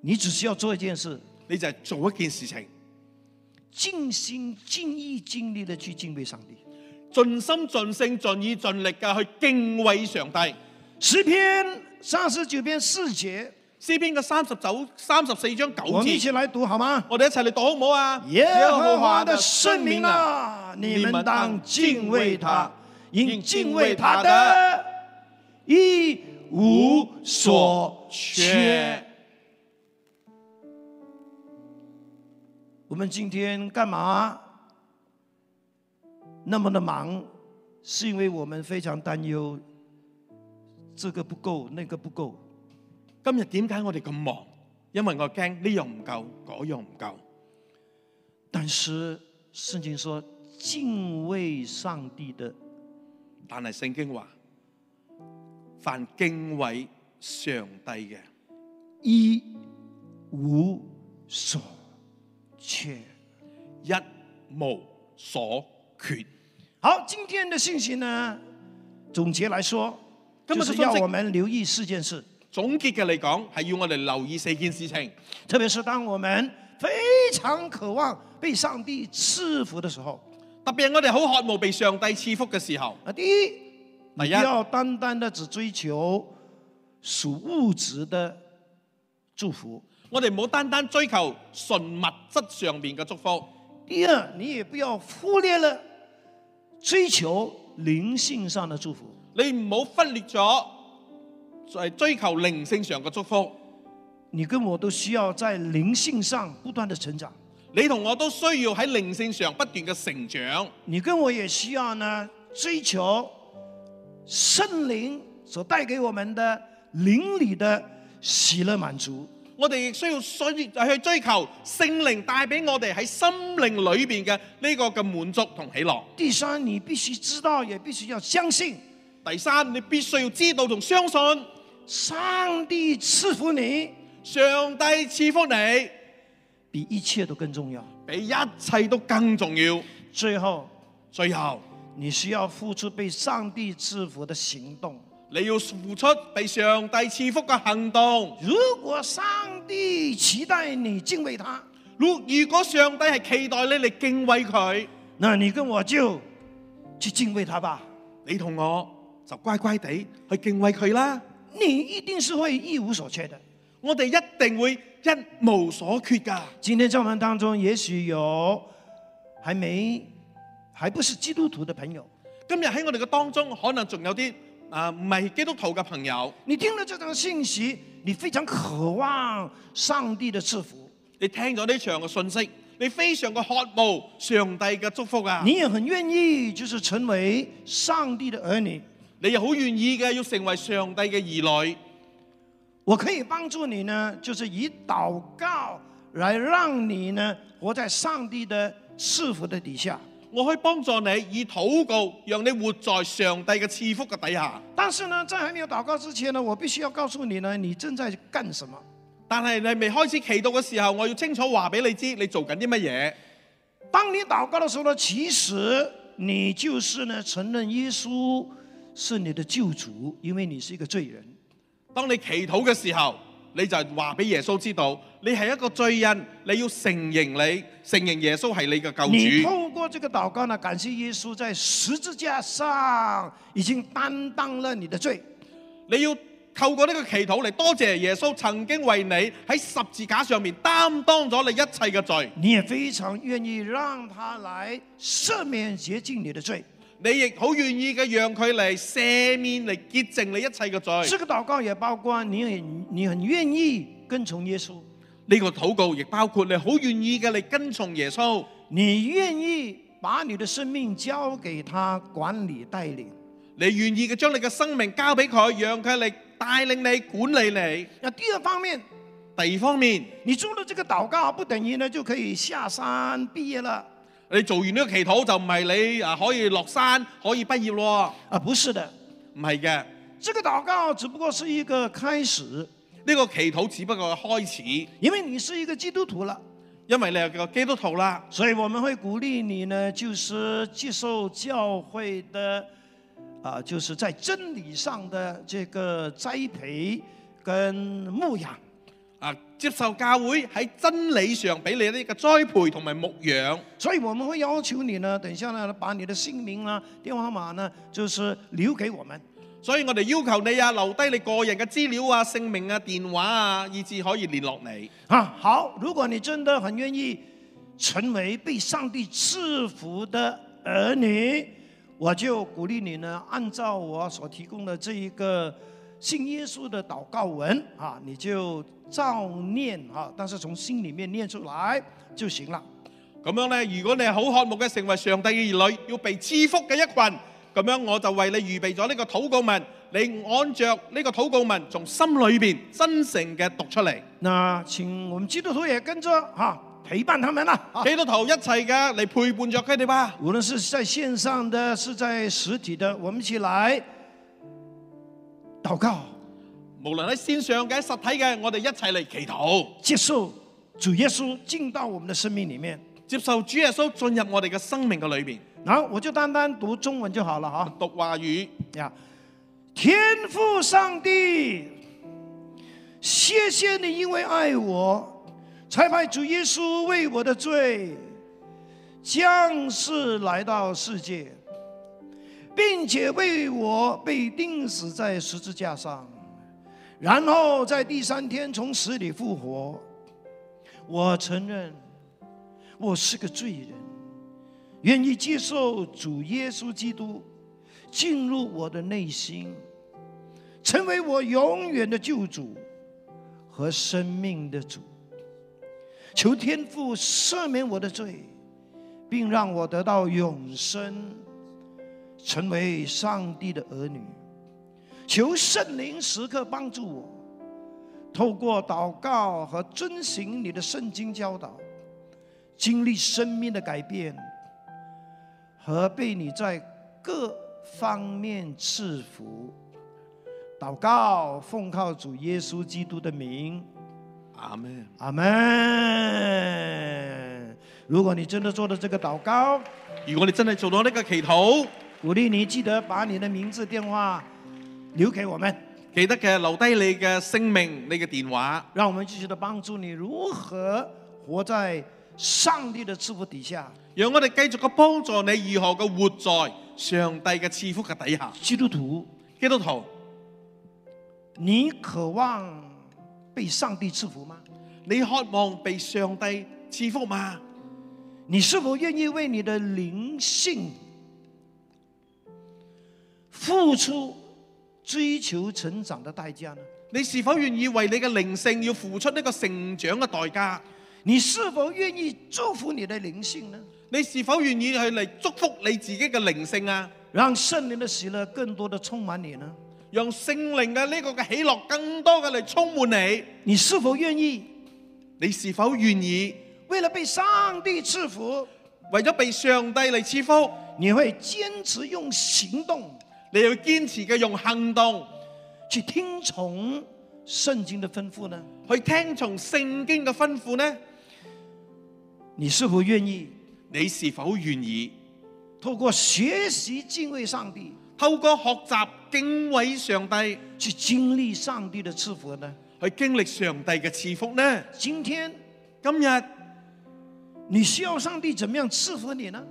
你只需要做一件事，你就係做一件事情，尽心尽意尽力的去敬畏上帝。盡心盡性盡意盡力嘅去敬畏上帝。十篇三十九篇四节，詩篇嘅三十九、三十四章九我们一節，起来读好吗？我哋一齊嚟讀好唔好啊？耶和华的圣名啊，你们当敬畏他，应敬畏他的，一无所缺。我们今天干嘛那么的忙？是因为我们非常担忧这个不够，那个不够。今日點解我哋咁忙？因為我驚呢樣唔夠，嗰樣唔夠。但是圣经说，敬畏上帝的但係聖經話，凡敬畏上帝嘅，一无所缺。一無所缺。好，今天的信息呢，总结来说，根就本是就要分析我们留意四件事，總結嘅嚟講，係要我哋留意四件事情。特别是当我们非常渴望被上帝赐福的时候。特別係我哋好渴慕被上帝賜福嘅時候，啊，第一，第不一要单单的只追求属物质的祝福；我哋唔好單單追求純物質上面嘅祝福；第二，你也不要忽略了追求灵性上的祝福；你唔好忽略咗係追求靈性上嘅祝福。你跟我都需要在灵性上不断的成长，你同我都需要喺靈性上不斷嘅成長。你跟我也需要呢追求圣灵所带给我们的灵里的喜乐满足。我哋亦需要需去追求聖靈帶俾我哋喺心靈裏边嘅呢個嘅滿足同喜樂。第三，你必须知道，也必须要相信，第三，你必須要知道同相信上帝赐福你上帝賜福你，比一切都更重要。比一切都更重要。最后，最後，你需要付出被上帝赐福的行动。你要付出被上帝賜福嘅行動。如果上帝期待你敬畏他，如如果上帝係期待你嚟敬畏佢，那你跟我就去敬畏他吧。你同我就乖乖地去敬畏佢啦。你一定是会一无所缺的。我哋一定會一無所缺㗎。今天在我们当中，也许有还没还不是基督徒的朋友，今日喺我哋嘅當中，可能仲有啲啊唔係基督徒嘅朋友，你听了这场信息，你非常渴望上帝的赐福，你聽咗呢場嘅信息，你非常嘅渴慕上帝嘅祝福啊！你也很愿意就是成为上帝的儿女。你又好願意嘅要成為上帝嘅兒女，我可以帮助你呢，就是以祷告来让你呢活在上帝的赐福的底下。我可以幫助你以禱告，讓你活在上帝嘅賜福嘅底下。但是呢，在还没有祷告之前呢，我必须要告诉你呢，你正在干什么。但係你未開始祈禱嘅時候，我要清楚話俾你知，你做緊啲乜嘢。当你祷告的时候呢，其实你就是呢承认耶稣是你的救主，因为你是一个罪人。當你祈禱嘅時候，你就話俾耶穌知道，你係一個罪人，你要承認你，承認耶穌係你嘅你救主。透过这个祷告呢，感谢耶稣在十字架上已经担当了你的罪，你要透過呢個祈禱嚟多謝耶穌曾經為你喺十字架上面擔當咗你一切嘅罪，你也非常愿意让他来赦免洁净你的罪。你亦好願意嘅讓佢嚟赦免嚟潔淨你一切嘅这罪。个祷告也包括你很你很愿意跟从耶稣，呢、個禱告亦包括你好願意嘅嚟跟從耶穌，你愿意把你的生命交给他管理带领。你願意嘅將你嘅生命交俾佢，讓佢嚟帶領你、管理你。那第二方面，第二方面，你做了这个祷告，不等于呢就可以下山毕业了你做完呢個祈禱就唔係你啊可以落山可以畢業咯，啊？不是的，唔係嘅。这个祷告只不过是一个开始，呢、個祈禱只不過係開始，因为你是一个基督徒了，因為你係個基督徒啦。所以我们会鼓励你呢，就是接受教会的啊、就是在真理上的这个栽培跟牧养。啊，接受教會喺真理上俾你呢個栽培同埋牧養，所以我们会要求你呢，等一下呢，把你的姓名啊、电话号码呢，就是留给我们。所以我哋要求你啊，留低你個人嘅資料啊、姓名啊、電話啊，以至可以聯絡你。啊，好，如果你真的很愿意成为被上帝赐福的儿女，我就鼓励你呢，按照我所提供的这一个信耶稣的祷告文啊，你就照念啊，但是从心里面念出来就行了。咁樣呢，如果你係好渴慕嘅成為上帝嘅兒女，要被賜福嘅一群，咁樣我就為你預備咗呢個禱告文，你按着呢個禱告文，從心裏邊真誠嘅讀出嚟。那请我们基督徒也跟着啊，陪伴他们了啊。基督徒一齊嘅，你陪伴着佢哋吧。无论是在线上的，是在实体的，我们一起来祷告，無論喺線上嘅、喺實體嘅，我哋一齊嚟祈禱，接受主耶稣进到我们的生命里面。接受主耶穌進入我哋嘅生命嘅裏邊。然后我就单单读中文就好了哈讀話語，呀。天父上帝，谢谢你因为爱我，才派主耶稣为我的罪降世来到世界，并且为我被钉死在十字架上，然后在第三天从死里复活。我承认我是个罪人，愿意接受主耶稣基督进入我的内心，成为我永远的救主和生命的主。求天父赦免我的罪，并让我得到永生，成为上帝的儿女。求圣灵时刻帮助我，透过祷告和遵行你的圣经教导，经历生命的改变和被你在各方面赐福。祷告，奉靠主耶稣基督的名。阿门。阿门。如果你真的做了这个祷告，如果你真係做到呢個祈禱，鼓励你记得把你的名字、电话留给我们，記得嘅留低你嘅姓名、你嘅電話，让我们继续的帮助你如何活在上帝的祝福底下。讓我哋繼續嘅幫助你如何嘅活在上帝嘅賜福嘅底下。基督徒，基督徒，你渴望被上帝赐福吗？你渴望被上帝賜福嘛？你是否愿意为你的灵性付出追求成长的代价呢？你是否願意為你嘅靈性要付出呢個成長嘅代價？你是否愿意祝福你的灵性呢？你是否願意去嚟祝福你自己嘅靈性啊？让圣灵的喜乐更多的充满你呢？讓聖靈嘅呢個嘅喜樂更多嘅嚟充滿你。你是否愿意你是否願意为了被上帝赐福，為咗被上帝嚟賜福，你会坚持用行动你要堅持嘅用行動去听从圣经的吩咐呢？去聽從聖經嘅吩咐呢？你是否愿意你是否願意透过学习敬畏上帝，透過學習敬畏上帝，去经历上帝的赐福呢？去經歷上帝嘅賜福呢？今天今日你需要上帝怎么样赐福你呢？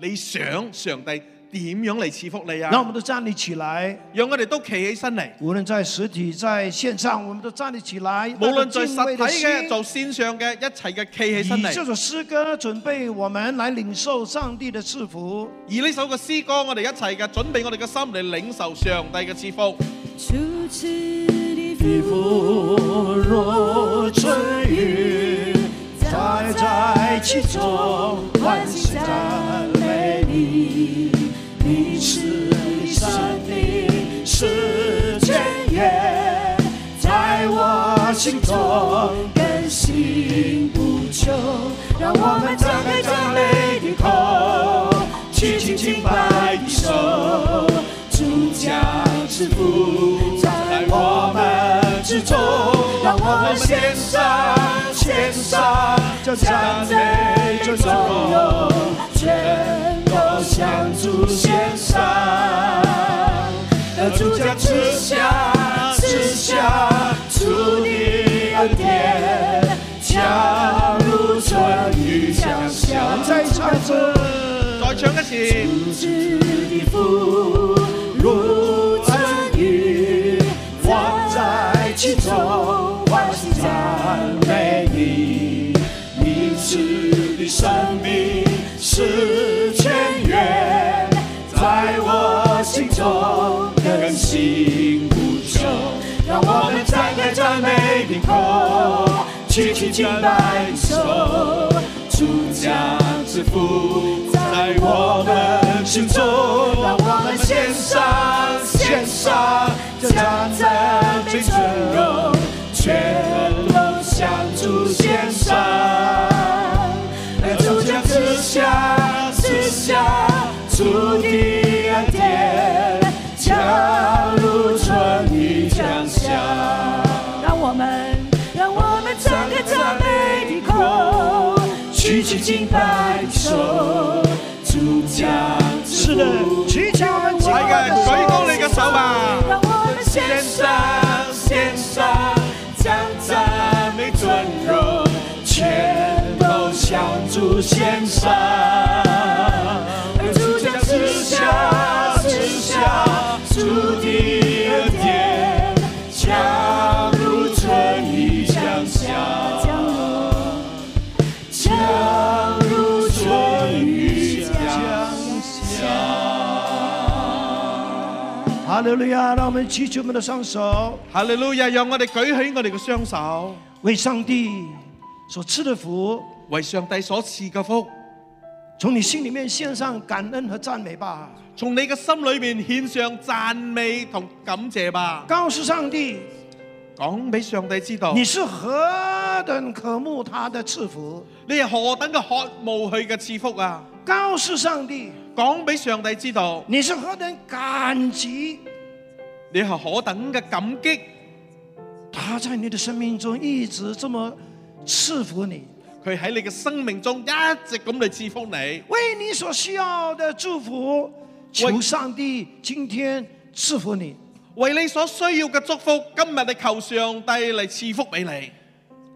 你想上帝點樣嚟賜福你啊？让我们都站立起来，讓我哋都企起身嚟，无论在实体在线上，我们都站立起来，無論带着在敬畏實體的嘅心做線上嘅，一齊嘅企起身以这嚟。首诗歌准备我们来领受上帝的赐福。而呢首嘅詩歌，我哋一齊嘅準備我哋嘅心嚟領受上帝嘅賜福。初次的福若春雨，早在其中唤醒赞美你。你是上帝，是泉源，在我心中更新不朽。让我们张开赞美的口，举起敬拜的手，主将赐福在我们之中。让我们献上，献上这赞美这荣耀，全都向主献上。让主将赐下，赐下主的恩典，强如春雨降下。再唱着，再唱一次。不知的福如春雨，我在其中欢喜赞美你。你赐的生命是泉源，在我心中更新不朽。让我们展开赞美的口，举起敬拜哦的手，主将赐福在我们心中。让我们献上，献上这赞美尊荣，哦全都向主献上。而主将赐下，赐下主的恩典，恰如春雨降下。让我们，让我们张开赞美的口，举起敬拜的手，主将是的，举起我们敬係拜嘅，的舉手，高你嘅手吧。让我们献上，献上，将赞美尊荣全都向主献上。而主将赐下，赐下主的恩典，恰如春雨降下，恰如春雨降哈利路亚！让我们举起我们的双手，哈利路亞！讓我哋舉起我哋嘅雙手，为上帝所赐的福，為上帝所賜嘅福，从你心里面献上感恩和赞美吧。从你嘅心里边献上赞美同感谢吧，告诉上帝，讲俾上帝知道，你是何等渴慕他的赐福；你系何等嘅渴慕佢嘅赐福啊！告诉上帝，讲俾上帝知道，你是何等感激你系何等嘅感激，他在你的生命中一直这么赐福你，佢喺你嘅生命中一直咁嚟赐福你，为你所需要的祝福，求喂上帝今天赐福你。为你所需要嘅祝福，今日你求上帝嚟赐福俾你。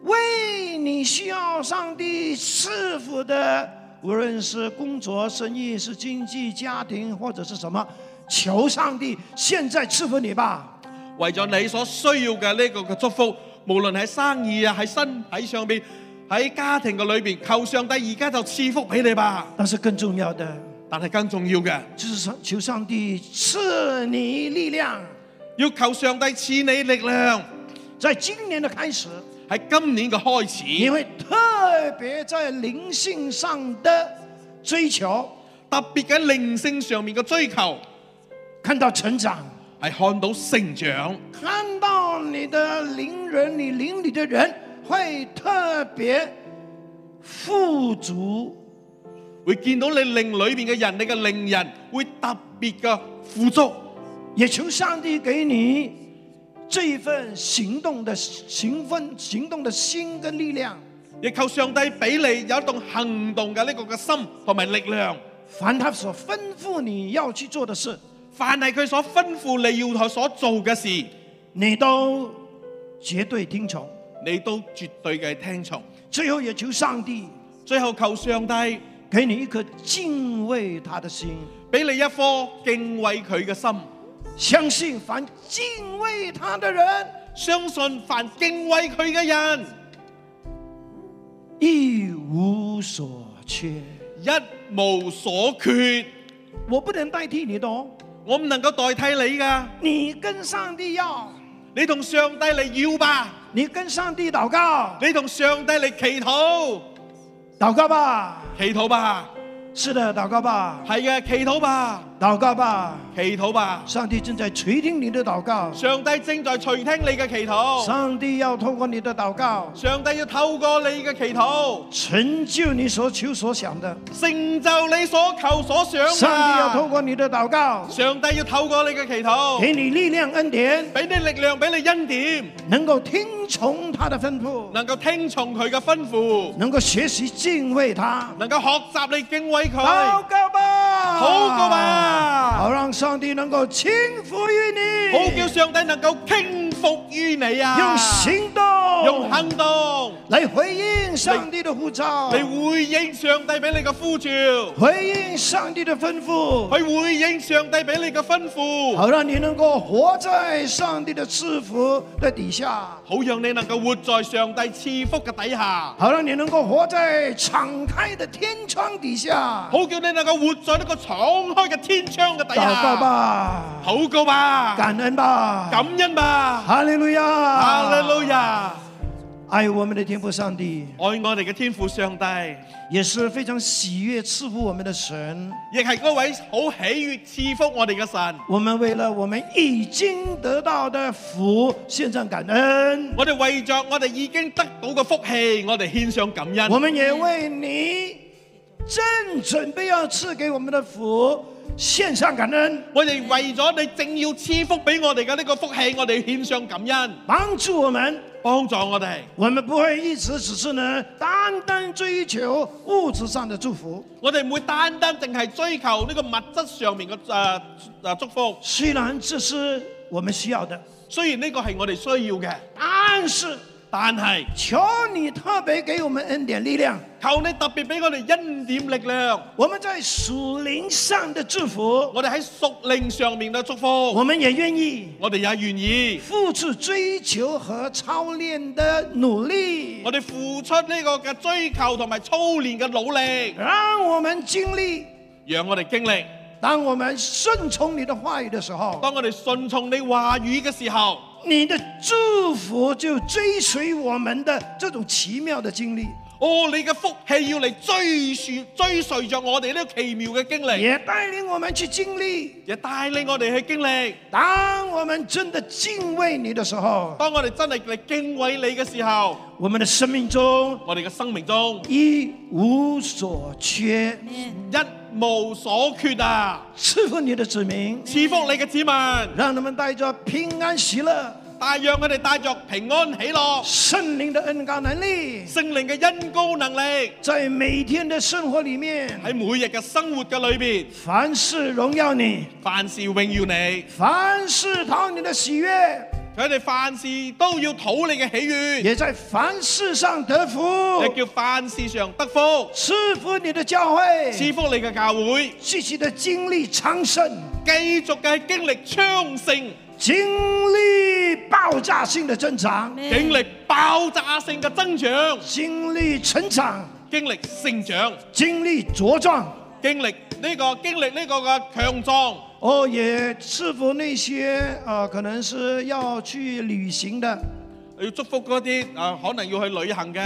为你需要上帝赐福的，无论是工作、生意、是经济、家庭或者是什么，求上帝现在赐福你吧。为咗你所需要嘅呢个嘅祝福，无论喺生意啊，喺身体上边，喺家庭嘅里边，求上帝而家就赐福俾你吧。但是更重要的但系更重要嘅，就是上求上帝赐你力量，要求上帝赐你力量。在今年的开始，喺今年嘅开你始，会特别在灵性上的追求特别嘅灵性上面嘅追求，看到成长，系看到成长，看到你的邻人、你邻里的人会特别富足，会见到你灵里边嘅人，你嘅灵人会特别嘅富足。也求上帝给你这一份行动的行分行动的心跟力量。亦求上帝俾你有一种行动嘅呢个嘅心同埋力量，凡他所吩咐你要去做的事，凡系佢所吩咐你要佢所做嘅事，你都绝对听从。你都絕對嘅聽從。最后也求上帝最後求上帝给你一颗敬畏他的心，俾你一顆敬畏佢嘅心，相信凡敬畏他的人相信凡敬畏佢嘅人一无所缺。一無所缺。我不能代替你的哦，我唔能夠代替你噶，你跟上帝要，你同上帝嚟要吧，你跟上帝祷告，你同上帝嚟祈禱，祷告吧，祈禱吧，是的，祷告吧。係嘅，祈禱吧，祷告吧，祈禱吧。上帝正在垂听你的祷告，上帝正在垂聽你嘅祈禱，上帝要透过你的祷告上帝要透過你嘅祈禱成就你所求所想的，成就你所求所想上帝要透啊！过你的祷告上帝要透過你嘅祈禱。给你力量恩典，俾你力量，俾你恩典，能够听从他的吩咐，能夠聽從佢嘅吩咐，能够学习敬畏他。能夠學習你敬畏祷佢，告吧，祷告吧好让上帝能够轻抚好于叫你，上帝能夠傾服於你啊！用行动，用行動来回应上帝的呼召，嚟回應上帝俾你嘅呼召，去回应上帝的吩咐。回應上帝俾你嘅吩咐，好让你能够活在上帝的赐福的底下，好讓你能夠活在上帝賜福嘅底下，好让你能够活在敞开的天窗底下。好叫你能夠活在呢個敞開嘅天窗嘅底祷告下。吧，禱告吧，感恩吧，感恩吧，哈利路亚，哈利路！亞！爱我们的天父上帝愛我哋嘅天父上帝。也是非常喜悦赐福我们的神。亦係嗰位好喜悦赐福我哋嘅神。我们为了我们已经得到的福献上感恩，我哋為着我哋已經得到嘅福氣，我哋獻上感恩。我我们也为你正准备要赐给我们的福献上感恩。哋為咗你正要賜福俾我哋嘅呢個福氣，我哋獻上感恩，帮助我们，幫助我哋。我们不会一直只是呢单单追求物质上的祝福。我哋唔會單單淨係追求呢個物質上面嘅誒誒祝福，虽然这是我们需要的，雖然呢個係我哋需要嘅，但是但係求你特别给我们恩典力量，求你特別俾我哋恩典力量。我们在属灵上的祝福，我哋喺屬靈上面嘅祝福，我们也愿意我哋也願意，付出追求和操练的努力我，哋付出呢個嘅追求同埋操練嘅努力。让我们经历，让我哋经历。当我们顺从你的话语的时候，当我哋顺从你话语嘅时候，你的祝福就追随我们的这种奇妙的经历。哦，你嘅福氣要嚟追隨追隨着我哋呢個奇妙嘅經歷，也带领我们去经历。亦帶領我哋去經歷。当我们真的敬畏你的时候，當我哋真係嚟敬畏你嘅時候，我们的生命中我哋嘅生命中一无所缺。一無所缺啊！赐福你的子民，賜福你嘅子民，让他们带着平安喜乐、但讓佢哋帶着平安喜樂、圣灵的恩高能力，聖靈嘅恩高能力，在每天的生活里面，喺每日嘅生活嘅裏邊，凡事荣耀你，凡事榮耀你，凡事讨你的喜悦，佢哋凡事都要討你嘅喜 [LAUGHS] 悦。也在凡事上得福。亦叫凡事上得福，赐福你的教会，赐福你嘅教會，继续的经历昌盛，繼續嘅經歷昌盛，经历爆炸性的增长，經歷爆炸性嘅增長，经历成长，經歷成長，经历茁壮。經歷呢、個經歷呢個嘅強壯，哦，也赐福那些啊、呃可能是要去旅行的，要祝福嗰啲啊可能要去旅行嘅，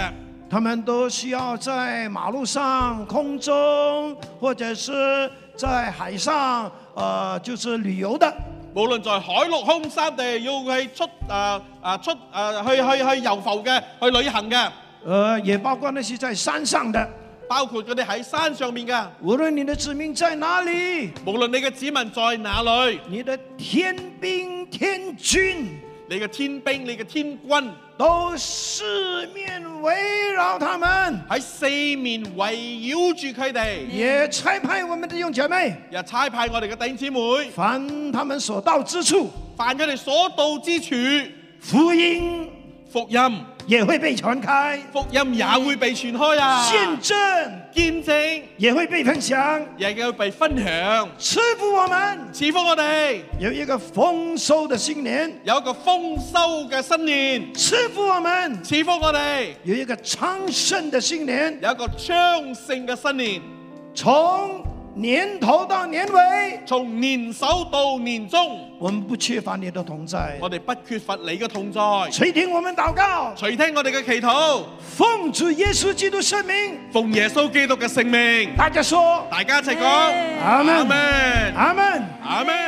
他们都需要在马路上、空中或者是在海上，呃，就是旅游的。無論在海陸空三地要去出啊啊出啊去去去遊浮嘅，去旅行嘅，呃，也包括那些在山上的。包括佢哋喺山上面嘅，无论你的子民在哪里，無論你嘅子民在哪裏，你的天兵天军你嘅天兵、你嘅天軍。都四面围绕他们，喺四面圍繞住佢哋，也差派我们的弟兄姐妹，又差派我哋嘅弟兄姊妹，凡他们所到之处，凡佢哋所到之處，福音福音也会被传开，福音也會被傳開啊！见证見證也会被分享，亦要被分享，赐福我们賜福我哋有一个丰收的新年，有一個豐收嘅新年，赐福我们賜福我哋有一个昌盛的新年，有一個昌盛嘅新年，从年头到年尾，從年首到年終，我们不缺乏你的同在。我哋不缺乏你嘅同在，垂听我们祷告，隨聽我哋嘅祈禱，奉主耶稣基督圣名，奉耶穌基督嘅聖命，大家说大家一齊講，阿阿门，門。阿门。 Amen.